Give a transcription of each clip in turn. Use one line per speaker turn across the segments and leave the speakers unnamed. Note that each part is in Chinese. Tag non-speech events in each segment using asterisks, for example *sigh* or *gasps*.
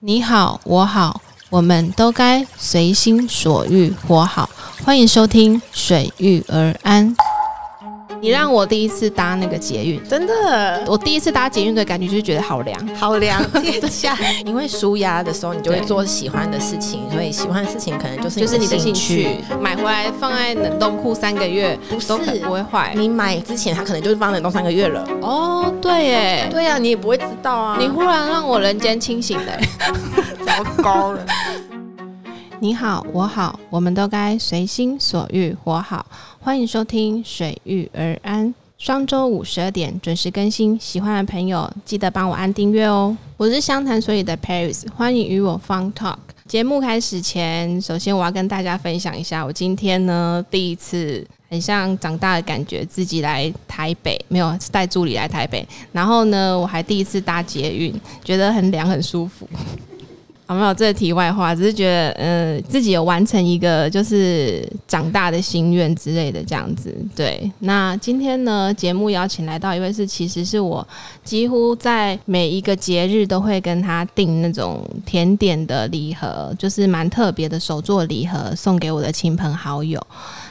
你好，我好，我们都该随心所欲活好。欢迎收听《水遇而安》。你让我第一次搭那个捷运，
真的
我第一次搭捷运的感觉就是觉得好凉。
好凉，天
*laughs*
下。因为舒压的时候，你就会做喜欢的事情，所以喜欢的事情可能就是
就是你的
兴
兴趣。，买回来放在冷冻库三个月
不是
都可不会坏。
你买之前，它可能就是放冷冻三个月了。
哦，对耶，
对呀、啊，你也不会知道啊
你忽然让我人间清醒了耶。
糟糕了。
你好，我好，我们都该随心所欲活好。欢迎收听《水遇而安》，双周五十二点准时更新。喜欢的朋友记得帮我按订阅哦。我是湘潭所以的 Paris，欢迎与我 Fun Talk。节目开始前，首先我要跟大家分享一下，我今天呢第一次很像长大的感觉，自己来台北，没有是带助理来台北，然后呢我还第一次搭捷运，觉得很凉很舒服。啊，没有，这是题外话，只是觉得，呃，自己有完成一个就是长大的心愿之类的这样子。对，那今天呢，节目邀请来到一位是，其实是我几乎在每一个节日都会跟他订那种甜点的礼盒，就是蛮特别的手作礼盒，送给我的亲朋好友。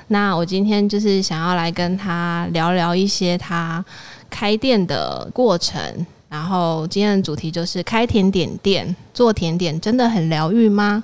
那我今天就是想要来跟他聊聊一些他开店的过程。然后今天的主题就是开甜点店，做甜点真的很疗愈吗？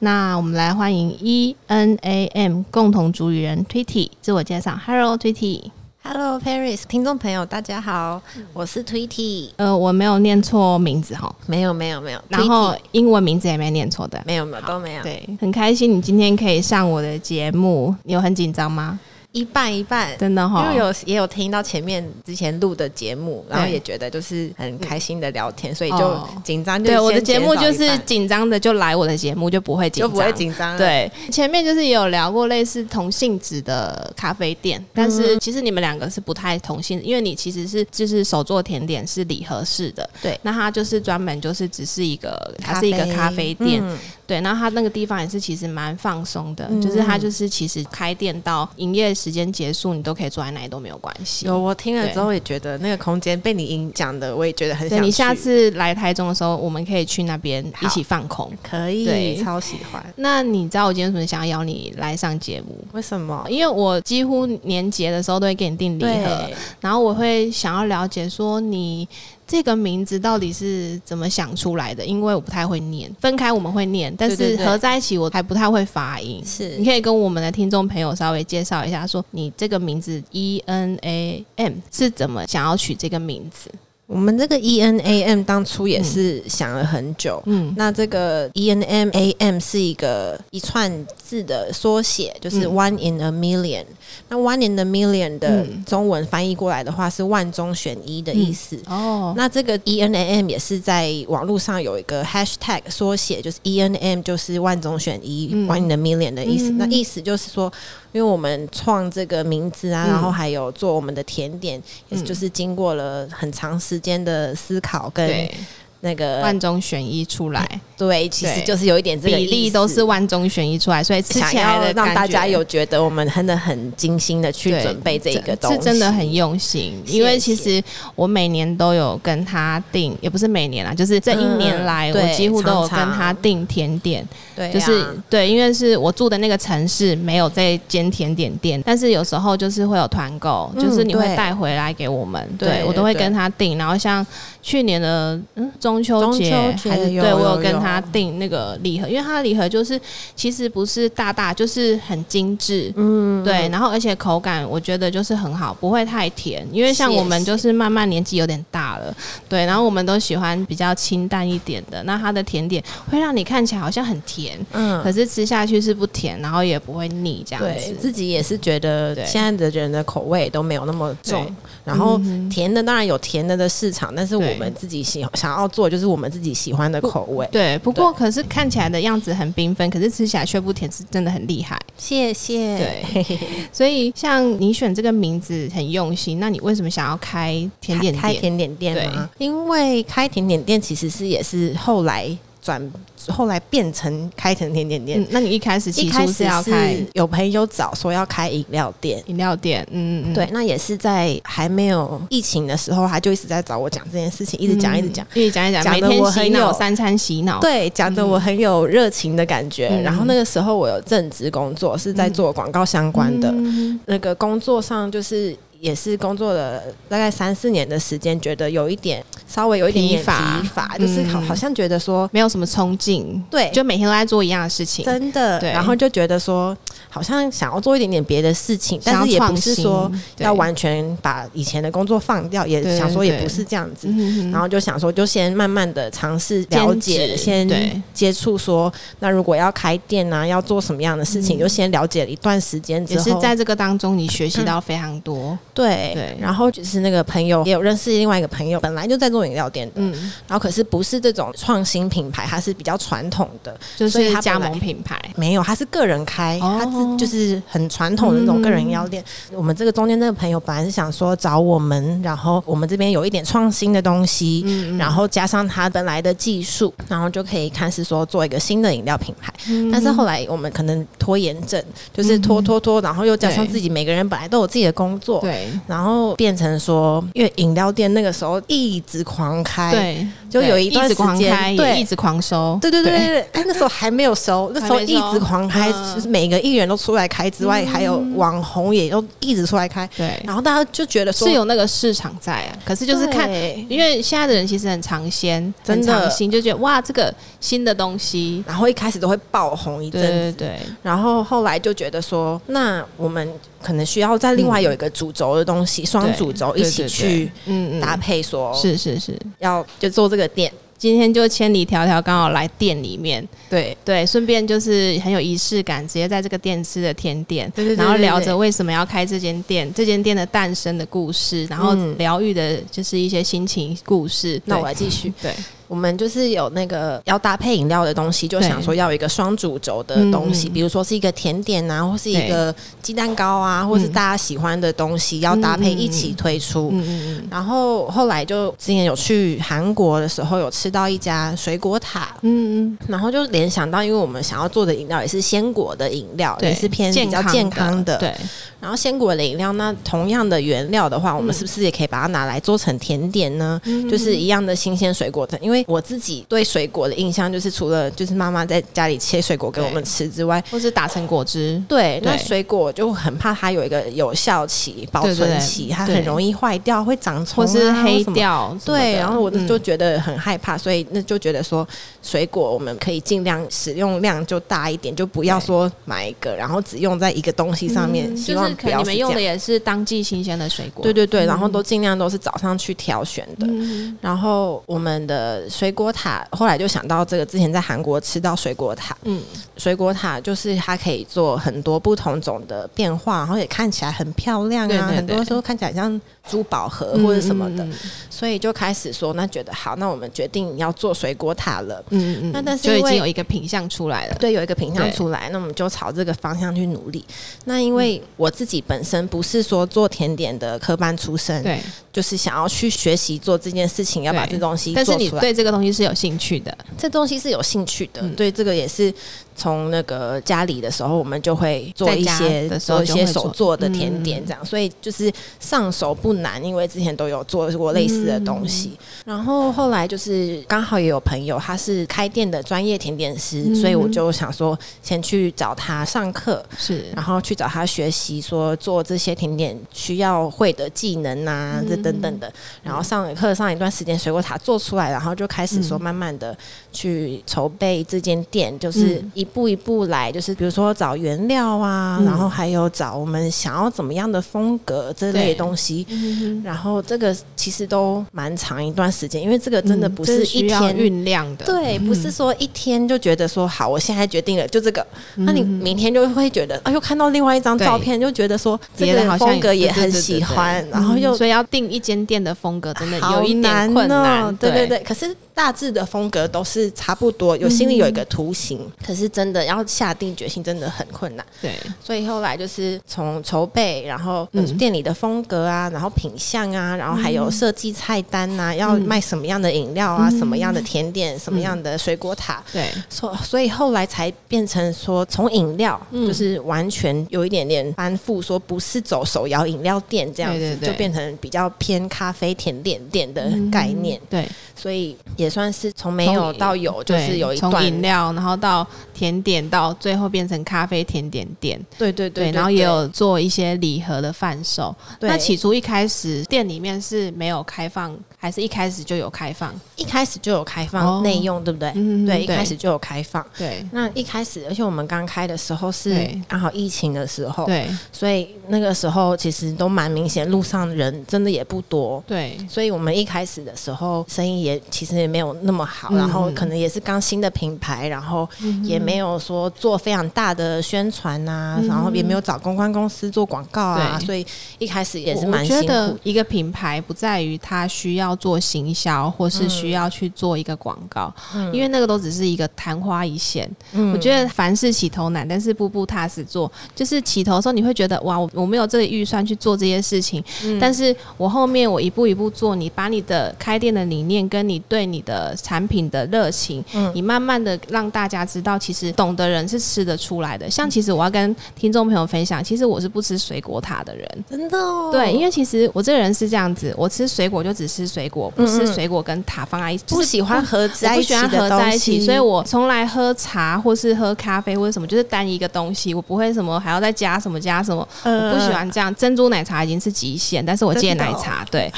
那我们来欢迎 E N A M 共同主理人 Twitty 自我介绍，Hello Twitty，
*laughs* Hello Paris，听众朋友大家好，我是 Twitty，
呃，我没有念错名字哈，
没有没有没有，
然
Tweety，
后英文名字也没念错的，
没有没有都没有，
对，很开心你今天可以上我的节目，你有很紧张吗？
一半一半，
真的哈
因为，
哦
有也有听到前面之前录的节目，然后也觉得就是很开心的聊天，所以就
哦
紧张就
对我的
先
节
减
目
少
就
一
是
半
紧张的就来我的节目，就不会紧
就
张，
不会紧张了，
对，前面就是也有聊过类似同性质的咖啡店，但
嗯
是其实你们两个是不太同性，因为你其实是就是手做甜点是礼盒式的，
对
那它就是专门就是只是一个，它
咖
是
啡，
一个咖啡店，
嗯
对，那它那个地方也是其实蛮放松的，
嗯
就是它就是其实开店到营业时间结束，你都可以坐在那里都没有关系。
有我听了之后也觉得那个空间被你影响的，我也觉得很
对
想去。
你下次来台中的时候，我们可以去那边一
好
起放空。
可
对
以，超喜欢。
那你知道我今天为什么想要邀你来上节目？
为什么？
因为我几乎年节的时候都会给你订礼盒，
对，
然后我会想要了解说你这个名字到底是怎么想出来的，因为我不太会念，分开我们会念，但
对
是
对对
合在一起我还不太会发音。
是
你可以跟我们的听众朋友稍微介绍一下，说你这个名字 E N A M 是怎么想要取这个名字？
我们这个 E N A M 当初也是想了很久，
嗯，
那这个 E N M A M 是一个一串字的缩写，就是
嗯
One in a Million。那 One in a Million 的
嗯
中文翻译过来的话是万中选一的意思。
哦，
那这个 E N A M 也是在网络上有一个 hashtag 缩写，就是 E N M 就是万中选一、
嗯
o n e in a million 的意思。
嗯
那意思就是说，因为我们创这个名字啊，
嗯
然后还有做我们的甜点，
嗯
也就是经过了很长时间的思考跟
对，
那个
万中选一出来，
对，其实
对
就是有一点这个
比
意
例
思
都是万中选一出来，所以吃
想
起来
要
的
让
感
大家
觉
有觉得我们真的很精心的去
对
准备这个
这
东西，
是真的很用心。
谢谢
因为其实我每年都有跟他订，也不是每年啦，就是这一年来，
嗯对
我几乎都有跟
常常
他订甜点。
对啊、
就是对，因为是我住的那个城市没有这间甜点店，但是有时候就是会有团购，
嗯
就是你会
对
带回来给我们，
对
对
对
我都会
对
跟他订。然后像去年的嗯中秋节
中秋节
还是
有
对
有
我有跟
有
他订那个礼盒，因为他的礼盒就是其实不是大大，就是很精致，
嗯，
对，然后而且口感我觉得就是很好，不会太甜，因为像
谢
我们
谢
就是慢慢年纪有点大了，对，然后我们都喜欢比较清淡一点的。那它的甜点会让你看起来好像很甜，
嗯，
可是吃下去是不甜，然后也不会腻这样
对
子。
自己也是觉得
对
现在的人的口味都没有那么重
对，
然后
嗯哼
甜的当然有甜的的市场，但是
对
我们自己喜想要做就是我们自己喜欢的口味，
对，不过可是看起来的样子很缤纷，可是吃起来却不甜，是真的很厉害。
谢谢，
对， *laughs* 所以像你选这个名字很用心，那你为什么想要开甜点
开开
店？
甜点店吗？因为开甜点店其实是也是后来。转，后来变成开成甜点店。
嗯，那你一开始
一
起
开
初
始
是要开
是有朋友找说要开饮料店，
饮料店，嗯嗯嗯，
对，那也是在还没有疫情的时候，他就一直在找我讲这件事情，一
嗯，
直讲，一直讲。
一直讲一讲，
讲
每
得
天
我
洗
很
脑，
有
三餐洗脑，
对，讲的我很有热情的感觉。
哦嗯
然后那个时候我有正职工作，是在做广告相关的，
嗯
那个工作上就是也是工作了大概三四年的时间，觉得有一点稍微有一点点
疲乏
疲乏就是好
嗯
好像觉得说
没有什么冲劲，
对，
就每天都在做一样的事情，
真的，
对
然后就觉得说好像想要做一点点别的事情，但
想要
是也
创
不是
新
说
对
要完全把以前的工作放掉，也
对
想说也
对
不是这样子。
嗯
然
后
后就想说，就先慢慢的尝试了解，
兼职
先
对
接触说，那如果要开店啊，要做什么样的事
嗯
情，就先了解了一段时间之
也
后，
是在这个当中，你学习到非常多，
对
对
然后就是那个朋友也有认识另外一个朋友，本来就在做饮料店的，
嗯，
然后可是不是这种创新品牌，它是比较传统的，
就
所以
是
他
加
本来
盟品牌，
没有，他是个人开，
哦嗯
他是就是很传统的那种个人饮料店。我们这个中间这个朋友本来是想说找我们，然后我们这边有一点创新的东西。
嗯，
然后加上他本来的技术，然后就可以开始说做一个新的饮料品牌。
嗯
但是后来我们可能拖延症，就是拖拖拖，然后又加上
对
自己每个人本来都有自己的工作，
对
然后变成说，因为饮料店那个时候一直狂开，，
对，
就有一段
直
时
狂
间
开，也
对
一直狂收，
对对对对对，哎，那时候还没有收，那时候
还没收
一直狂开，
嗯
就是每个艺人都出来开之外，还有网红也都一直出来开，
对，
然后大家就觉得说
是有那个市场在啊，可是就是看。
对
因为现在的人其实很尝鲜，很
真的
尝新，就觉得哇，这个新的东西，
然后一开始都会爆红一阵
对
子，
对对，
然后后来就觉得说，那我们可能需要再另外有一个主轴的东西，双主轴一
嗯对
起
对
去
嗯嗯，
搭配说，
是是是，
要就做这个店，
今天就千里迢迢刚好来店里面，
对
对，顺便就是很有仪式感，直接在这个店吃的甜点，
对对对
然后
对对
聊着为什么要开这间店，这间店的诞生的故事，然后
嗯
疗愈的就是一些心情故事。
那
对
我来继续。
对
我们就是有那个要搭配饮料的东西，就想说要有一个双主轴的东西，
嗯嗯
比如说是一个甜点啊，或是一个鸡蛋糕啊，或是大家喜欢的东西，要搭配一起推出。
嗯嗯嗯
然后后来就之前有去韩国的时候，有吃到一家水果塔，
嗯嗯，
然后就联想到，因为我们想要做的饮料也是鲜果的饮料，
对，
也是偏比较健康的。
对，
然后鲜果的饮料，那同样的原料的话，我们
嗯
是不是也可以把它拿来做成甜点呢？就是一样的新鲜水果的，因为我自己对水果的印象就是除了就是妈妈在家里切水果给我们吃之外，
或是打成果汁。
对，
对
那水果就很怕它有一个有效期、保
对对
存
对
期，它
对
很容易坏掉，会长虫、
或
啊、
是黑
什么
掉什么的，
对，然后我
嗯
就觉得很害怕，所以那就觉得说，水果我们可以尽量使用量就大一点，就不要说买一个，然后只用在一个东西上面，
嗯
希
就是
望
可
不
能
要
你
是
们
这样
用的。也是当季新鲜的水果，
对对对，然后都尽量都是早上去挑选的。
嗯，
然后我们的水果塔，后来就想到这个，之前在韩国吃到水果塔，
嗯，
水果塔就是它可以做很多不同种的变化，然后也看起来很漂亮啊，
对对对
很多时候看起来像珠宝盒
嗯
或者什么的。
嗯嗯
所以就开始说，那觉得好，那我们决定要做水果塔了。
嗯嗯嗯，
那但是
就已
因为
经有一个品相出来了，
对，有一个品相
对
出来，那我们就朝这个方向去努力。那因为我自己本身不是说做甜点的科班出身，
对，
就是想要去学习做这件事情，要把
对
这东西
但是
做
你
出来。
对这个东西是有兴趣的，
这东西是有兴趣的，
嗯
对这个也是从那个家里的时候，我们就会做
在
一
家
些
的时候
做一
就会
些
做
手做的甜
嗯
点这样，所以就是上手不难，因为之前都有做过类似的东西。
嗯
然后后来就是刚好也有朋友他是开店的专业甜点师，
嗯
所以我就想说先去找他上课，
是
然后去找他学习说做这些甜点需要会的技能啊，这
嗯
等等的。然后上了课上一段时间，水果塔做出来，然后就开始
嗯
说慢慢的去筹备这间店，就是
嗯
一步一步来，就是比如说找原料啊，
嗯
然后还有找我们想要怎么样的风格这类
对
的东西。
嗯
然后这个其实都蛮长一段时间，因为这
嗯
个真的不是一
需要嗯
天。
酝酿的，
对，不是说一天就觉得说好，我现在决定了就这个，
嗯，
那你明天就会觉得，哎呦，看到另外一张照片，就觉得说这
别的好
个
像
风格也
对对
很
对
喜
对
欢，
对
然后
嗯
又
所以要定一间店的风格，真的有一
好
点
哦
困难，
对对，对。可是大致的风格都是差不多，有心里有一
嗯
个图形，可是真的要下定决心真的很困难。
对，
所以后来就是从筹备，然后呃
嗯嗯
店里的风格啊，然后品相啊，然后还有设计菜单呐、要卖什么样的饮料啊，什么样的甜点，什么样的水果塔，
对，
所所以后来才变成说，从饮料
嗯
就是完全有一点点翻覆，说不是走手摇饮料店这样子，
对对对
就变成比较偏咖啡甜点店的
嗯
概念，
对，
所以也算是从没有到有，就
对
是有一
从
段
饮料，然后到甜点，到最后变成咖啡甜点店，
对对
对，然后也有做一些礼盒的贩售。
对
那起初一开始店里面是没有开放，还是一开始就有开放？
一开始就有开
哦
放内用，对不对？
嗯
对，一开始就有开放。
对
那一开始，而且我们刚开的时候是
对
刚好疫情的时候，
对
所以那个时候其实都蛮明显，路上人真的也不多。
对
所以我们一开始的时候，生意也其实也没有那么好，
嗯
然后可能也是刚新的品牌，然后也没有说做非常大的宣传呐、然后也没有找公关公司做广告啊，
嗯对
所以一开始也
我
是蛮
我
辛
觉
苦的
得。一个品牌不在于它需要做行销，或是
嗯
需要去做一个广告，因为那个都只是一个昙花一现。
嗯
我觉得凡事起头难，但是步步踏实做。就是起头的时候，你会觉得哇，我我没有这个预算去做这些事情，
嗯
但是我后面我一步一步做，你把你的开店的理念跟你对你的产品的热情，
嗯
你慢慢的让大家知道，其实懂的人是吃得出来的。像其实我要跟听众朋友分享，其实我是不吃水果塔的人。
真的哦，
对，因为其实我这个人是这样子，我吃水果就只吃水果，不吃水果跟塔放在一起，就
嗯不
是
喜欢合
我
在
不
一起
喜欢合
的
在
东
一起，
西，
所以我从来喝茶或是喝咖啡或者什么，就是单一个东西，我不会什么还要再加什么加什么，我不喜欢这样。珍珠奶茶已经是极限，但是我戒
嗯真的
奶
哦
茶，对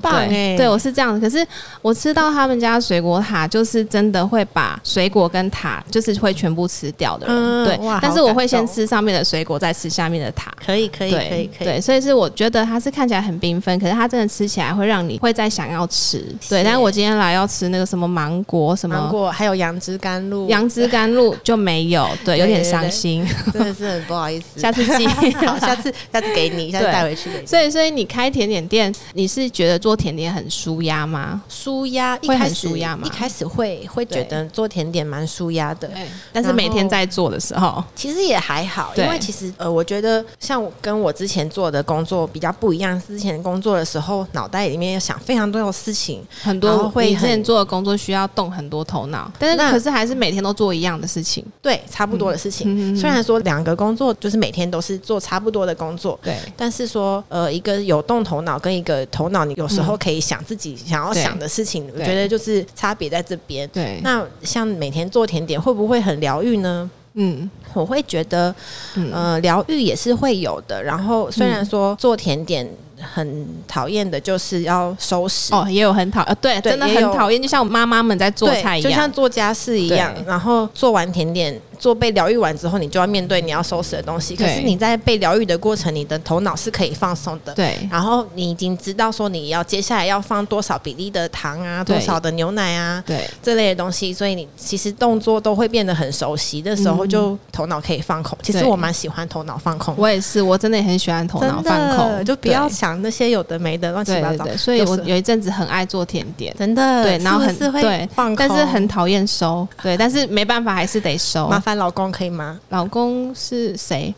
棒
对
哎，
对，我是这样的。可是我吃到他们家的水果塔，就是真的会把水果跟塔就是会全部吃掉的人，
嗯
对
哇。
但是
好
我
感
会先
动
吃上面的水果，再吃下面的塔。
可以可以可以
对
可以，
对，所以是我觉得它是看起来很缤纷，可是它真的吃起来会让你会再想要吃。对，
是
但是我今天来要吃那个什么芒果什
芒
么。
果还有杨枝甘露，
*laughs* 杨枝甘露就没有，对，有点伤心。 *laughs*
真的是很不好意思，
下次寄
*laughs* 好，下次下次给你，下次
对
带回去给你。
所以，所以你开甜点店，你是觉得做甜点很舒压吗？
舒压一
会很
开始
舒压吗
一开始会会觉得做甜点蛮舒压的，
对，但是
然后
每天在做的时候，
其实也还好，
对
因为其实呃，我觉得像我跟我之前做的工作比较不一样，之前工作的时候脑袋里面要想非常多的事情，
很
然
多
后会
你之前
很
做的工作需要动很多头脑，但是
那
可是还是每天都做一样的事情。
对，差不多的事情。
嗯嗯嗯
虽然说两个工作就是每天都是做差不多的工作，
对，
但是说，呃，一个有动头脑跟一个头脑，你有时候可以想自己想要想的事情，我
嗯对
觉得就是差别在这边。
对，
那像每天做甜点会不会很疗愈呢？
嗯
我会觉得，
嗯，
呃，疗愈也是会有的。然后虽然说做甜点很讨厌的，就是要收拾。
哦，也有很讨，呃，对，
对
真的
也
很
有
讨厌，就像妈妈们在做
对
菜一
就
样
像。做家事一样
对，
然后做完甜点，做被疗愈完之后，你就要面对你要收拾的东西。可是
对
你在被疗愈的过程，你的头脑是可以放松的。
对，
然后你已经知道说你要接下来要放多少比例的糖啊，
对
多少的牛奶啊
对，
这类的东西，所以你其实动作都会变得很熟悉。那时候就头脑可以放空。其实
嗯对
我蛮喜欢头脑放空，
我也是，我真的也很喜欢头脑
真的
放空，
就不要
对
想那些有的没的乱七
对
八
对
糟。
对，所以我
有时
有一阵子很爱做甜点，
真的
对，然后很
是不是
对
会放空，
但是很讨厌收，
*laughs*
对，但是没办法，还是得收？
麻。烦老公可以吗
*laughs* 老公是谁？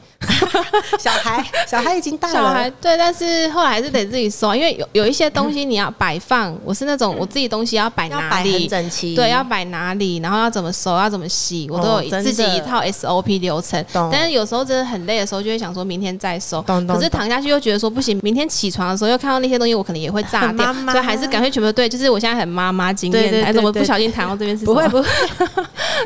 小孩小孩已经大了，
小孩对，但是后来还是得自己收，因为有有一些东西你要摆放，我是那种我自己东西要摆
要
哪
摆很
里。
整齐，
对，要摆哪里，然后要怎么收，要怎么洗，我
哦
都有
真
自己
的
一套 SOP 流程。
懂
但是有时候真的很累的时候，就会想说明天再收。
懂懂
可是
懂
躺下去又觉得说不行，明天起床的时候又看到那些东西，我可能也会炸
很
掉，
妈妈
所以还是赶快全部对。就是我现在很妈妈经
对对
验，
对
哎，怎么
对
不小心谈到这边是什
不
么？
会不会，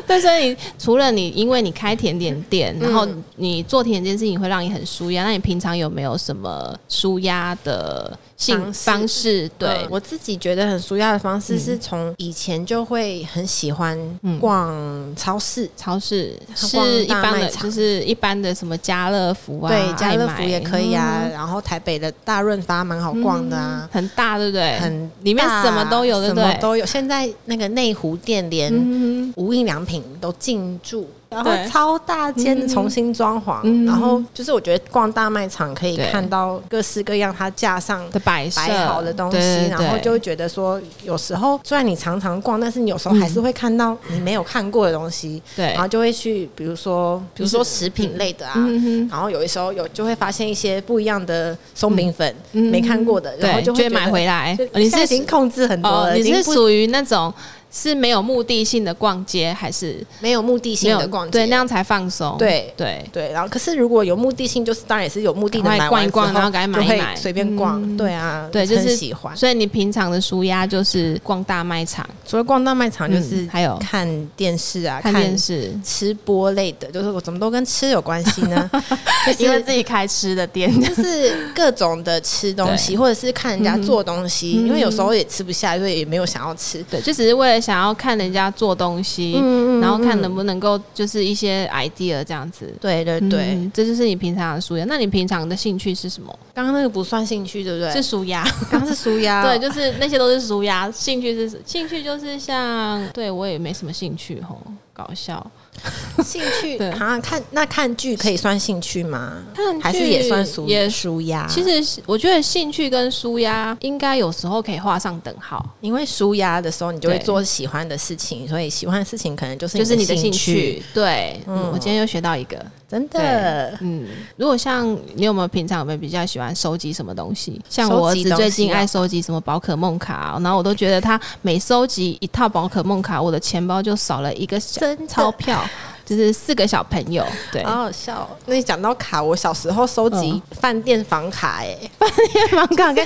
对，所以除了你，因为你开甜点店，然后
嗯
你做甜点这件事情会让你很舒压，那你平常有没有什么舒压的性
方式
方式？对，嗯
嗯我自己觉得很舒压的方式是从以前就会很喜欢逛超市，
超市
逛
是一
大
般的，
卖场
就是一般的什么家乐福啊，
对，家乐
爱
福
买嗯
也可以啊。然后台北的大润发蛮好逛的啊，
很大，对不对？
很
里面
大
什么都有，对
什
不
么
对？
都有。现在那个内湖店连
嗯，
无印良品都进驻。然后
对
超大间
嗯
重新装潢，
嗯
然后就是我觉得逛大卖场可以
对
看到各式各样它架上
的摆设
摆好的东西，
对对
然后
对
就会觉得说，有时候虽然你常常逛，但是你有时候还是会看到你没有看过的东西，
对
然后就会去，比如说，
比如说食品类的啊，
嗯哼，
然后有的时候有就会发现一些不一样的松饼粉，
嗯
没看过的，然后
对，
就
就
会
会买回
来。
来
就。
哦你
现在
是
已经控制很多
哦，
了，
你
已经
是
不
属于那种是没有目的性的逛街，还是
没有目的
没
性
有
的逛街，
对那样才放松？
对
对，
对，然后可是如果有目的性，就是当然也是有目的的
赶快
买
逛
完
一
之
逛
后
然后赶快
就
买一
会
买
随便
嗯
逛，对啊，
对就是
很喜欢。
所以你平常的舒压就是逛大卖场，
除了逛大卖场，就
嗯
是
还有
看电视啊，
看电
*laughs*
视，
吃播类的，就是我怎么都跟吃有关系
*laughs*
呢？就是
因为自己开吃的店，
就是各种的吃东西，或者是看人家做东西，
嗯
因为有时候也吃不下，所以也没有想要吃。
对，就只是为了想要看人家做东西，
嗯
然后看能
嗯
不能够就是一些 idea 这样子。
对对对，
嗯这就是你平常的舒压。那你平常的兴趣是什么？
刚刚那个不算兴趣，对不对？
是舒压，
刚刚是舒压，哦
对，就是那些都是舒压。兴趣是兴趣，就是像对我也没什么兴趣吼，搞笑。
兴趣
*laughs* 对
啊。看那看剧可以算兴趣吗？
看
还是
剧
也算舒
也
舒压？啊
其实是我觉得兴趣跟舒压应该有时候可以画上等号，
因为舒压的时候，你就会
对
做喜欢的事情，所以喜欢的事情可能就是
就是你的兴
兴
趣。对，嗯
嗯
我今天又学到一个。
真的。
嗯，如果像你有没有平常有没有比较喜欢收集什么东西？像
收集
我儿子
东西
最近
哦
爱收集什么宝可梦卡哦、然后我都觉得他每收集一套宝可梦卡，我的钱包就少了一个小
真的
钞票，就是四个小朋友。对，
好好笑哦！那你讲到卡，我小时候收
嗯
集饭店房卡、哎、
房卡跟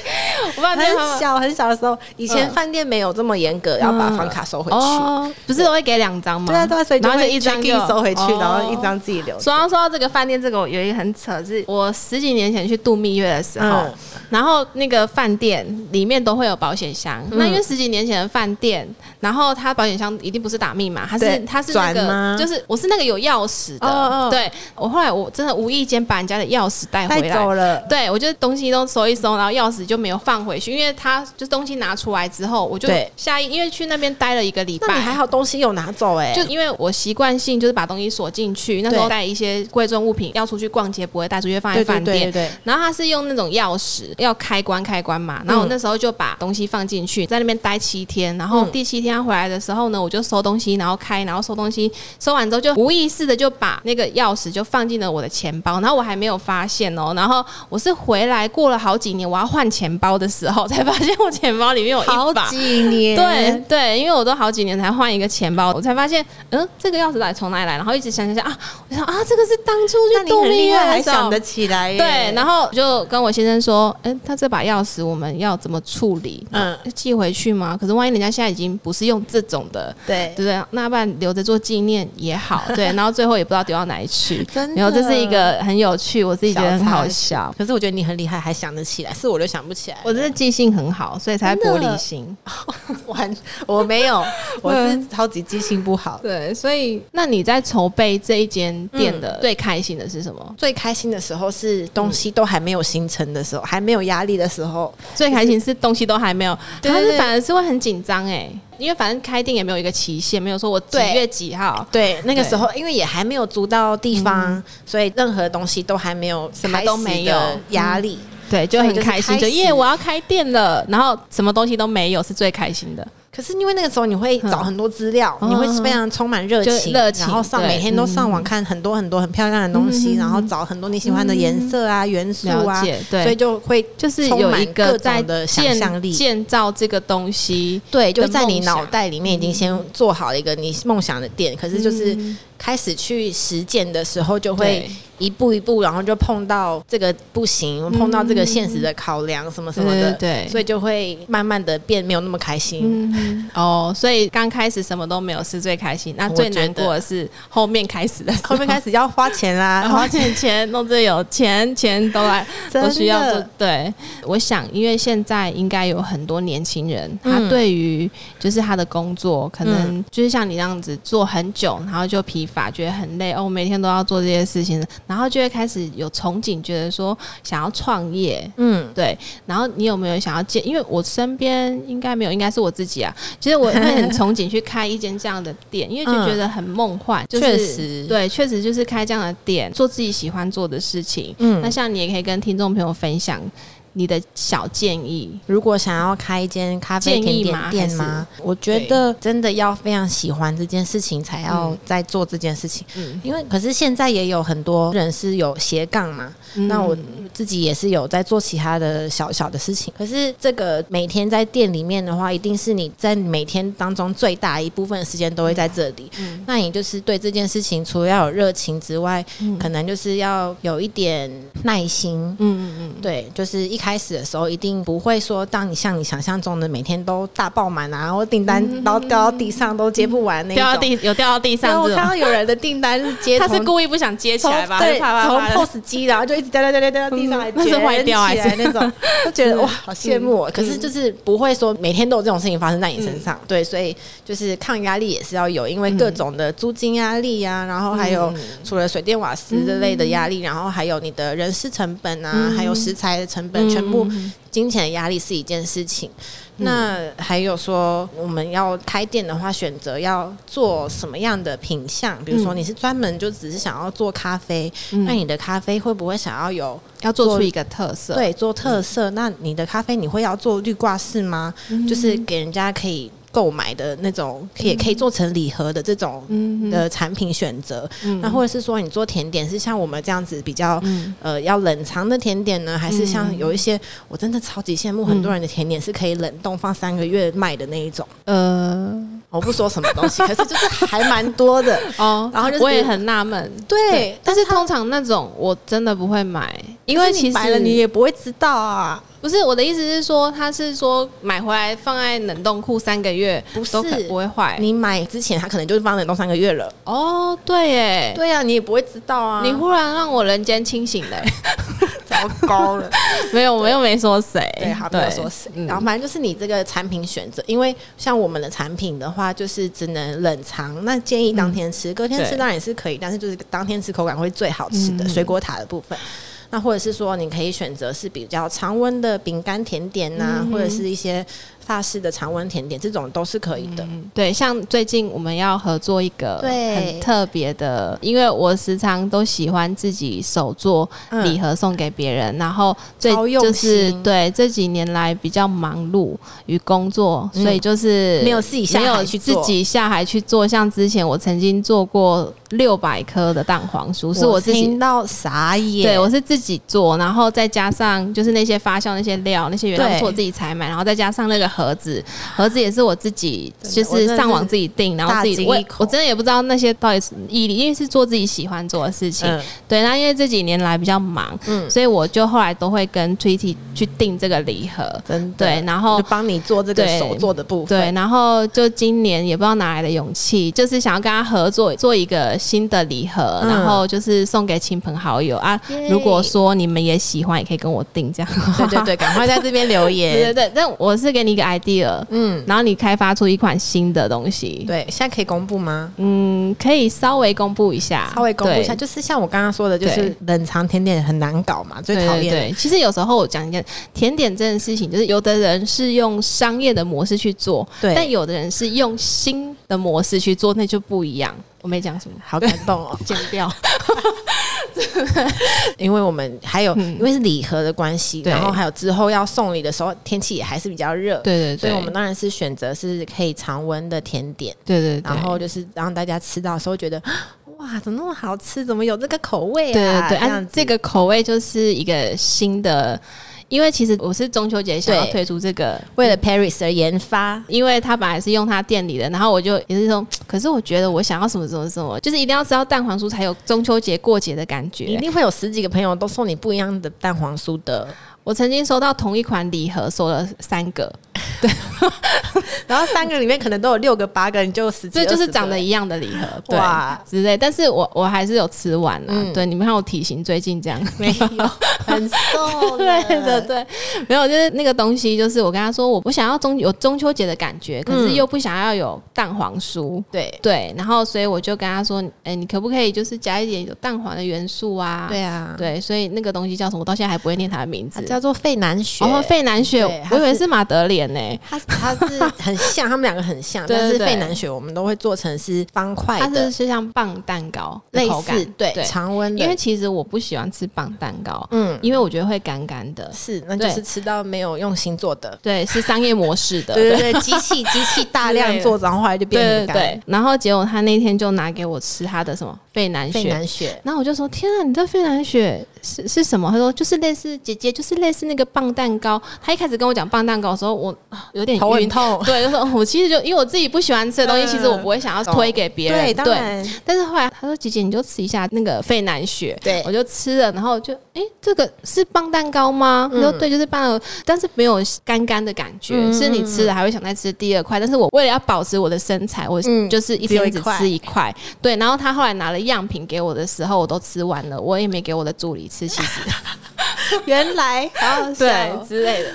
我爸
很小很小的时候，以前
嗯
饭店没有这么严格，要把房卡收回去。
哦，不是都会给两张吗？
对啊，对啊，所以
然后就
会
一张
check
就
in 收回去，
哦
然后一张自己留着。
说到说到这个饭店，这个我有一个很扯，是我十几年前去度蜜月的时候，
嗯
然后那个饭店里面都会有保险箱。
嗯
那因为十几年前的饭店，然后它保险箱一定不是打密码，它是
对
它是那
转
个
吗
就是我是那个有钥匙的。
哦哦
对我后来我真的无意间把人家的钥匙带回
带
来
走。了，
对，我就东西都收一收，然后钥匙就没有放回去，因为他就是东西拿出来之后，我就
对
下一，因为去那边待了一个礼拜，
那你还好东西有拿走、哎，
就因为我习惯性就是把东西锁进去，那时候
对
带一些贵重物品要出去逛街不会带出去，放在
对对
饭
对
店
对。对，
然后他是用那种钥匙要开关开关嘛，然后我
嗯
那时候就把东西放进去，在那边待七天，然后
嗯
第七天他回来的时候呢，我就收东西，然后开，然后收东西，收完之后就无意识的就把那个钥匙就放进了我的钱包，然后我还没有发现哦，然后我是回来过了好几年，我要换钱包的时候才发现我钱包里面有一把
好几年，
对对，因为我都好几年才换一个钱包，我才发现，嗯，这个钥匙到底从哪里来？然后一直想想想啊，我想啊，这个是当初
那
去
你
度
很
蜜
厉
月
害，还
的时候
想得。起来耶、
对，然后就跟我先生说，嗯，他这把钥匙我们要怎么处理？嗯
嗯，
寄回去吗？可是万一人家现在已经不是用这种的，
对
对不对？那不然留着做纪念也好。
*laughs*
对，然后最后也不知道丢到哪里去。
真的
然后这是一个很有趣，我自己觉得很好
小
笑。
可是我觉得你很厉害，还想得起来，是我就想不起来。
我真的记性很好，所以才
真
玻
的
璃心。
我很我没 *laughs* 有，我是超级记性不好。
对，所以那你在筹备这一间店的最开心的是什么？
最开心的时候是东西都还没有形成的时候，还没有压力的时候，
最开心是东西都还没有，
对
但
对
是
对
反而是会很紧张哎，因为反正开店也没有一个期限，没有说我几
对
月几号。
对，那个时候因为也还没有租到地方，所以任何东西都还没有嗯
什么都没有
开始的压力。
对，就
所以
很
就是
开心，
开
就哎
始
耶，我要开店了，然后什么东西都没有，是最开心的。
可是因为那个时候你会找很多资料，
嗯
你会非常充满热
就
情，
热情
然后上
对
每天都上网看很多很多很漂亮的东西，
嗯
然后找很多你喜欢的颜色啊、元素
了
啊，
解，对，
所以就会
就是
充
有
满
一
各
个
种
在
的想象
建
力
建造这个东西，
对，就
的
是在你
梦想
脑袋里面已经先做好了一个你梦想的店，可是就是开始去实践的时候，就会
对
一步一步，然后就碰到这个不行，碰到这个现实的考量什么什么的，
对对对
所以就会慢慢的变没有那么开心。
嗯，哦，所以刚开始什么都没有是最开心，那
我
最
觉
难
得
过的是后面开始的时候，
后面开始要花钱啦，
然后钱钱弄这有钱钱都
*laughs*
来
真
都
的
需要做。对，我想因为现在应该有很多年轻人，他
嗯
对于就是他的工作，可能就是像你那样子做很久，然后就疲乏，觉得很累哦，我每天都要做这些事情，然后就会开始有憧憬，觉得说想要创业。
嗯，
对，然后你有没有想要建？因为我身边应该没有，应该是我自己啊。其 *laughs* 实我会很憧憬去开一间这样的店，因为就觉得很梦 *laughs* 幻。就是、
确实
对，确实就是开这样的店，做自己喜欢做的事情。嗯
嗯，
那像你也可以跟听众朋友分享。你的小建议？
如果想要开一间咖啡
建
甜
议
点
吗
店
还
吗？我觉得真的要非常喜欢这件事情，才要
嗯
再做这件事情。
嗯，
因为可是现在也有很多人是有斜杠嘛，
嗯
那我自己也是有在做其他的小小的事情。可是这个每天在店里面的话，一定是你在每天当中最大一部分的时间都会在这里。
嗯
那你就是对这件事情，除了要有热情之外，
嗯
可能就是要有一点耐心。
嗯嗯嗯，
对，就是一开始的时候，一定不会说当你像你想象中的每天都大爆满啊，或订单然后掉到地上都接不完那一
嗯
种。
掉到地有掉到地
然
上
后我
这
看
种，
到有人的订单是接
他
从
是故意不想接起
从
来吧？
对，
他就啪
从
啪啪
POS 机，然后就一直掉掉掉掉掉到地上来
嗯，那是
卷
坏掉
起
还是
来
*laughs*
那种，就觉得哇，好羡慕哦。可是
嗯
就是不会说每天都有这种事情发生在你身上，对，所以就是抗压力也是要有，因为各
嗯
种的租金压力啊，然后还有除了水电瓦斯之类的压力，然后还有你的人事成本啊
嗯，
还有食材的成本，
嗯
全部
嗯嗯
金钱的压力是一件事情。那还有说，我们要开店的话，选择要做什么样的品相？比如说，
嗯
你是专门就只是想要做咖啡，
嗯
那你的咖啡会不会想要有
要做出一个特色，
对做特色？那你的咖啡你会要做绿挂式吗？
嗯
就是给人家可以购买的那种，可以也可以做成礼盒的这种
嗯嗯
的产品选择。
嗯
那或者是说，你做甜点是像我们这样子比较
嗯
呃要冷藏的甜点呢，还是像有一些我真的超级羡慕很多人的甜点是可以冷冻放三个月卖的那一种？
呃
我不说什么东 *laughs* 西，可是就是还蛮多的。
哦，
*laughs* 然后就是
我也很纳闷，
对，
但是通常那种我真的不会买，因为
可是
其
你
实
白了你也不会知道啊。
不是我的意思是说，他是说买回来放在冷冻库三个月，
不是
都可不会坏。
你买之前，它可能就是放冷冻三个月了。
哦，对耶，
对啊，你也不会知道啊。
你忽然让我人间清醒
*laughs*
了耶，
糟糕了。
没有，我又没说谁，
对，好，没有说谁。
嗯
然后反正就是你这个产品选择，因为像我们的产品的话，就是只能冷藏，那建议当天吃，隔天吃
对
当然也是可以，但是就是当天吃口感会最好吃的、
嗯
水果塔的部分。那或者是说，你可以选择是比较常温的饼干甜点呐、
嗯哼
或者是一些法式的常温甜点，这种都是可以
嗯
的。
对，像最近我们要合作一个
对
很特别的，因为我时常都喜欢自己手做
嗯
礼盒送给别人，然后最
超用
就是
心
对这几年来比较忙碌与工作，所以就是
嗯没有自己下
嗯
海
没有
去
自
做
己下海去做。像之前我曾经做过六百颗的蛋黄酥，是我自己
听到傻眼，
对，我是自己做，然后再加上就是那些发酵那些料、那些原料
对
都是我自己采买，然后再加上那个盒子，盒子也是我自己
真的
就
我真
是
的
上网
是
自己订，然后
大
自己
惊
我
一口
我真的也不知道那些到底是毅力，因为是做自己喜欢做的事情。
嗯
对，那因为这几年来比较忙，
嗯
所以我就后来都会跟 Twitty 去订这个礼盒，
真的
对，然后
就帮你做这个
对
手做的部分。
对，然后就今年也不知道哪来的勇气，就是想要跟他合作做一个新的礼盒，
嗯
然后就是送给亲朋好友啊
耶。
如果说你们也喜欢，也可以跟我订这样。
对对对，赶快在这边留
*laughs* 对对
言。
对，但我是给你一个 idea，
嗯，
然后你开发出一款新的东西。
对，现在可以公布吗？
嗯，可以稍微公布一下，
稍微公布一下，
对
就是像我刚刚说的，就是
对
冷藏甜点很难搞嘛，最
对
讨
对
厌
对，其实有时候我讲一件甜点这件事情，就是有的人是用商业的模式去做，
对
但有的人是用新的模式去做，那就不一样。我没讲什么，，
好感动哦
剪掉。
*laughs* 因为我们还有、
嗯
因为是礼盒的关系，
对
然后还有之后要送礼的时候，天气也还是比较热，
对 *laughs* 对对，
所以我们当然是选择是可以常温的甜点，
对对对，
然后就是让大家吃到的时候觉得。 *gasps* 哇，怎么那么好吃？怎么有这个口味
对对
啊？
对，
这
按
样子
这个口味就是一个新的，因为其实我是中秋节想要
对
推出这个。
为了 Paris 而研发，
因为他本来是用他店里的，然后我就也是说，可是我觉得我想要什么什么什么，就是一定要吃到蛋黄酥才有中秋节过节的感
一
觉。
定会有十几个朋友都送你不一样的蛋黄酥的。
我曾经收到同一款礼盒，收了三个，
然后三个里面可能都有六个、八个，你就十几
这就是长
得
得一样的礼盒，对
哇
之类。但是我我还是有吃完啦，
嗯
对，你们看我体型最近这样，
没有，很
*laughs*
瘦 *laughs*
对的，对，没有，就是那个东西，就是我跟他说，我不想要中有中秋节的感觉，可是
嗯
又不想要有蛋黄酥。
对
对，然后所以我就跟他说，哎、你可不可以就是加一点有蛋黄的元素啊？
对啊，
对，所以那个东西叫什么？我到现在还不会念它的名字。
它叫做费南雪。
哦，费南雪
对，它
我以为
是
是马德莲呢，
它它是很像，他们两个很像，
对
但是
对对
费南雪我们都会做成是方块
它
的
是，是像棒蛋糕的
类
口
似
感，
对
对
常温的，
因为其实我不喜欢吃棒蛋糕，
嗯
因为我觉得会干干
*laughs*
的，
是那就
对
是吃到没有用心做的，
对，是商业模式的，
对对对，机器机器大
之类
量
的
做，然后后来就变
对对
很干。
对。然后结果他那天就拿给我吃他的什么费南
费
雪。
南雪，
然后我就说：“天啊，你这费南雪是是什么？”他说：“就是类似姐姐，就是类似那个棒蛋糕。”他一开始跟我讲棒蛋糕的时候，我啊有点
头很
晕。
痛。
对，就是 *laughs* 我其实就因为我自己不喜欢吃的东西，
嗯
其实我不会想要
懂
推给别人。
当然，
但是后来他说：“姐姐，你就吃一下那个费南雪。”
对
我就吃了，然后就诶，这个是棒蛋糕吗？他说对，就是棒蛋糕，但是没有干干的感觉，
嗯
是你吃了还会想再吃第二块。但是我为了要保持我的身材，我
嗯
就是一
只有
天
一
只
块
吃一块。对，然后他后来拿了样品给我的时候，我都吃完了，我也没给我的助理吃，其
*laughs*
实
原来好好笑
对
哦
之类的。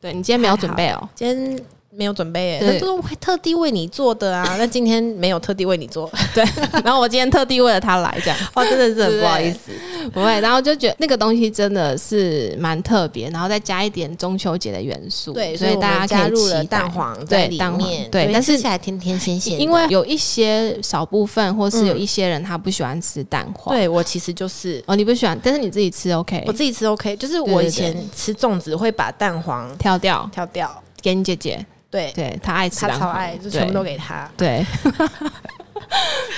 对你今天没有准备哦，
今天没有准备耶，
对
那都是特地为你做的 *laughs* 啊。那今天没有特地为你做，
*laughs* 然后我今天特地为了他来这样。
哦，真的是很不好意思。
思，不会。然后就觉得那个东西真的是蛮特别，然后再加一点中秋节的元素，
*laughs* 对，
所
以我
大
们
家可
加
以
入
期
了
待
蛋黄在
对
里
蛋黄
面，
对但是
吃起来甜甜咸咸的。
因为有一些少部分或是有一些人他不喜欢吃蛋黄，
嗯对我其实就是
哦，你不喜欢，但是你自己吃 OK，
我自己吃 OK，就是
对
我
对
以前吃粽子会把蛋黄
挑掉
挑掉，
给你姐姐，
对
对她爱吃
她
蛋黄，
超爱，就全部都给她。
对。 *laughs* 对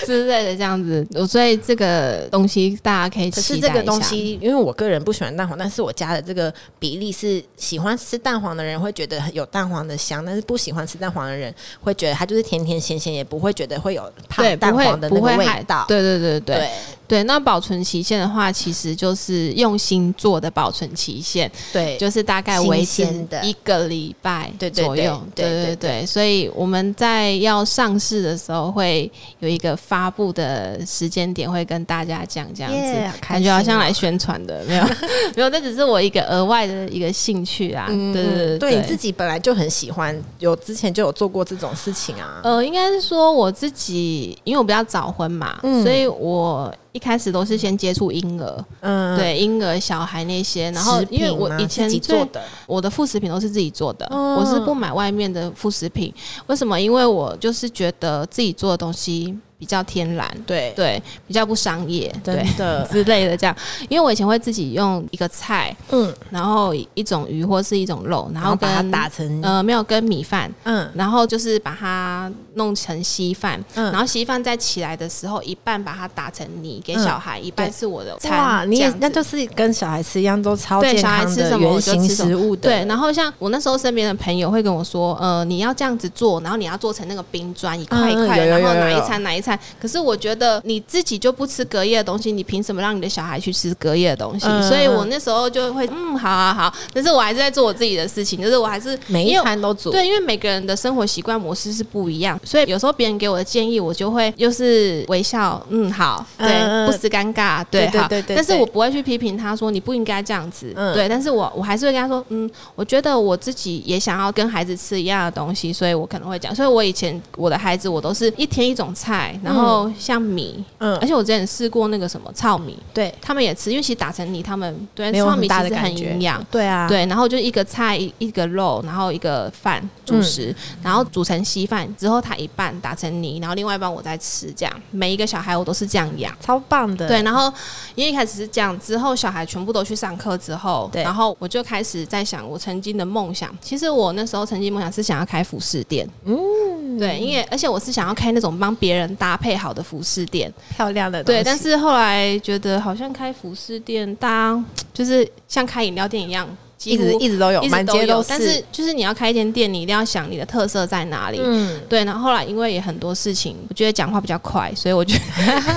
之类的这样子，我所以这个东西大家可以
可
期待
是
一下。
这个东西，因为我个人不喜欢蛋黄，但是我加的这个比例是喜欢吃蛋黄的人会觉得有蛋黄的香，但是不喜欢吃蛋黄的人会觉得它就是甜甜咸咸，也不会觉得会有怕
对
蛋
不会
黄的那
不
个
会
味
害
道。
对对对对
对，
对，那保存期限的话，其实就是用心做的保存期限，
对
就是大概维持
新鲜的
一个礼拜
对对
左
对
右。
对
对
对
对，所以我们在要上市的时候，会有一个发布的时间点，会跟大家讲这样
耶
子
好，开
感觉好像
心哦
来宣传的，没有 *laughs* 没有，这只是我一个额外的一个兴趣啊。对对对，
嗯对你自己本来就很喜欢，有之前就有做过这种事情啊。
呃，应该是说我自己，因为我比较早婚嘛，
嗯
所以我一开始都是先接触婴儿，
嗯，
对婴儿、小孩那些，然后
食
因为
品
我
吗
以
自
前
己
最
做的，
我的副食品都是自己做的，
嗯
我是不买外面的副食品。为什么？因为我就是觉得自己做的东西比较天然，
对
对，比较不商业，对
真。的，
之类的，这样，因为我以前会自己用一个菜，
嗯，
然后一种鱼或是一种肉，然
然后
后
把它
跟
打成，
呃没有跟米饭，
嗯
然后就是把它弄成稀饭，
嗯
然后稀饭再起来的时候，一半把它打成泥给
嗯
小孩，一半
对
是我的餐。
哇，
这
你也
样子
那就是跟小孩吃一样，都超
对
健
小孩
康
吃什
的
么我
原
就
型
吃什
食物的，
对，然后像我那时候身边的朋友会跟我说，呃，你要这样子做，然后你要做成那个冰砖，一块一块，
嗯有有
然后
有有
哪一
有
餐哪一餐。可是我觉得你自己就不吃隔夜的东西，你凭什么让你的小孩去吃隔夜的东西？
嗯
所以我那时候就会，嗯，好好好，但是我还是在做我自己的事情，就是我还是
每
因
一
为
餐都煮，
对，因为每个人的生活习惯模式是不一样，所以有时候别人给我的建议，我就会又是微笑，嗯，好，对，
嗯嗯
不失尴尬，对，
对对
好
对对
但是
对
我不会去批评他说你不应该这样子，
嗯
对，但是我我还是会跟他说，嗯，我觉得我自己也想要跟孩子吃一样的东西，所以我可能会讲，所以我以前我的孩子我都是一天一种菜，然后像米，
嗯
而且我之前试过那个什么糙米，
对，
他们也吃，因为其实打成泥，他们对
没有
糙米
很大
其
的
实
感
很
觉
营养。
对啊，
对，然后就一个菜一一个肉，然后一个饭
嗯
主食，然后煮成稀饭之后，它一半打成泥，然后另外一半我再吃，这样每一个小孩我都是这样养。
超棒的，
对，然后因为一开始是这样，之后小孩全部都去上课之后，
对
然后我就开始在想我曾经的梦想。其实我那时候曾经梦想是想要开服饰店，嗯，对，因为而且我是想要开那种帮别人搭配好的服饰店，
漂亮的东
对，
西，
但是后来觉得好像开服饰店，大家就是像开饮料店一样，几
一直
乎
一直都有，
一直
满
都
街
有，
都
但是就是你要开一间店，你一定要想你的特色在哪里。
嗯，
对，然后后来因为也很多事情，我觉得讲话比较快，所以我觉得
*laughs*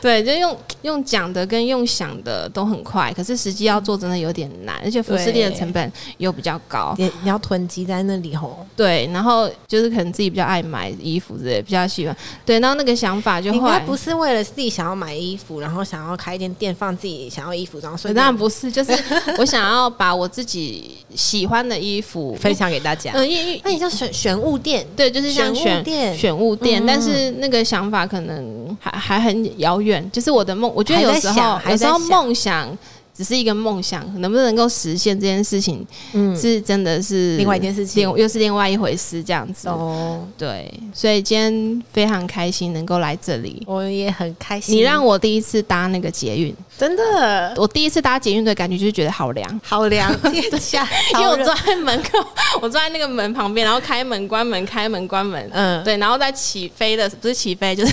对，就用用讲的跟用想的都很快，可是实际要做真的有点难，而且服饰店的
对
成本又比较高。
你你要囤积在那里吼，
对，然后就是可能自己比较爱买衣服之类，比较喜欢。对，然后那个想法就
你应
后
该
来
不是为了自己想要买衣服，然后想要开一间店放自己想要衣服，然后顺
*laughs* 当然
便
不是，就是我想要把我自己喜欢的衣服
分，享给大家。
嗯，因为
那你叫选选物店，
对，就是像
选
选
物店
选物店，
嗯
但是那个想法可能还还很遥远。就是我的梦，我觉得
还在
有时候
想还
有时候
在想
梦想只是一个梦想，能不能够实现这件事情，
嗯
是真的是
另外一件事情
另又是另外一回事，这样子。
哦，
对，所以今天非常开心能够来这里。
我也很开心。
你让我第一次搭那个捷运，
真的
我第一次搭捷运的感觉就是觉得好凉，
好凉，天下
*laughs* 因为
好
我
热
坐在门口，我坐在那个门旁边，然后开门关门，开门关门，
嗯，
对，然后在起飞的不是起飞，就是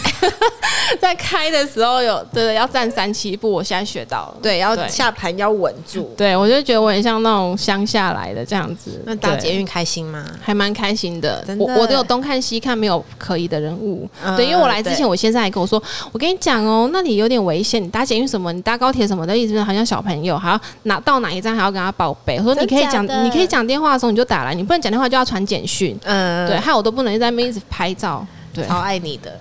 *laughs* 在开的时候有对要站三七步，我现在学到了。
对，要
对
下盘要稳住。
对，我就觉得我很像那种乡下来的这样子。
那搭
对
捷运开心吗？
还蛮开心的，
真
我
的
我都有东看西看，没有可疑的人物。
嗯
对，因为我来之前，
对
我先生还跟我说，我跟你讲哦，那里有点危险，你搭捷运什么，你搭高铁什么的，一直好像小朋友，还要哪到哪一站还要跟他报备。我说你
真
可以
假
讲，
的
你可以讲电话的时候你就打来，你不能讲电话就要传简讯。
嗯，
对，害我都不能在那边一直拍照。对，
超爱你的。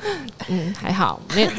嗯，还好，没有， *laughs*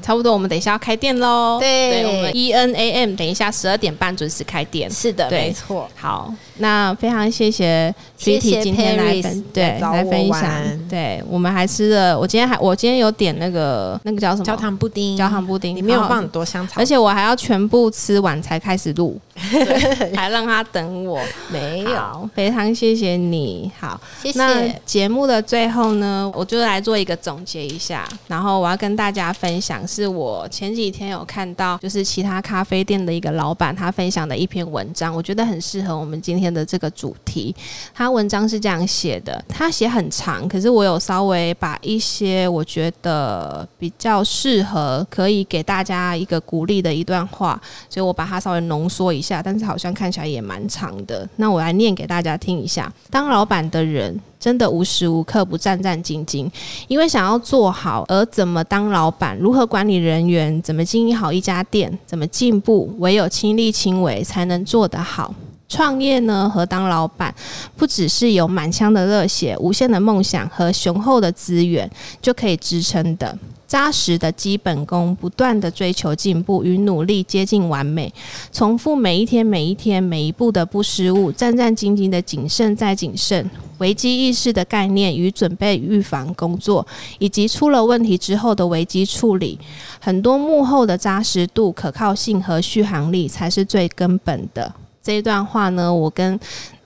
差不多。我们等一下要开店喽。
对
我们 E N A M 等一下十二点半准时开店。
是的，
对
没错。
好，那非常谢谢
谢谢
Kitty 今天来分
Paris
对
来找
来
我
分享，
玩
对我们还吃了，我今天还我今天有点那个那个叫什么
焦糖布丁，
焦糖布丁，
里面有
好
放很多香草，
而且我还要全部吃完才开始录， *laughs* 对还让他等我。
没有。
好，非常谢谢你。好，
谢
那节目的最后呢，我就来做一个总结一下，然后我要跟大家分享，是我前几天有看到，就是其他咖啡店的一个老板他分享的一篇文章，我觉得很适合我们今天的这个主题。他文章是这样写的，他写很长，可是我有稍微把一些我觉得比较适合可以给大家一个鼓励的一段话，所以我把它稍微浓缩一下，但是好像看起来也蛮长的。那我来念给大家听一下：当老板的人真的无时无刻不战战兢兢，因为想要做好，而怎么当老板，如何管理人员，怎么经营好一家店，怎么进步，唯有亲力亲为才能做得好。创业呢和当老板，不只是有满腔的热血、无限的梦想和雄厚的资源就可以支撑的。扎实的基本功，不断的追求进步与努力接近完美，重复每一天、每一天、每一步的不失误，战战兢兢的谨慎再谨慎，危机意识的概念与准备预防工作，以及出了问题之后的危机处理，很多幕后的扎实度、可靠性和续航力才是最根本的。这一段话呢，我跟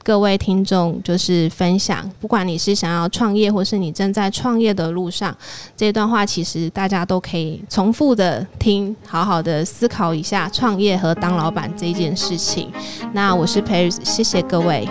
各位听众就是分享，不管你是想要创业，或是你正在创业的路上，这段话其实大家都可以重复的听，好好的思考一下创业和当老板这件事情。那我是 Paris，谢谢各位，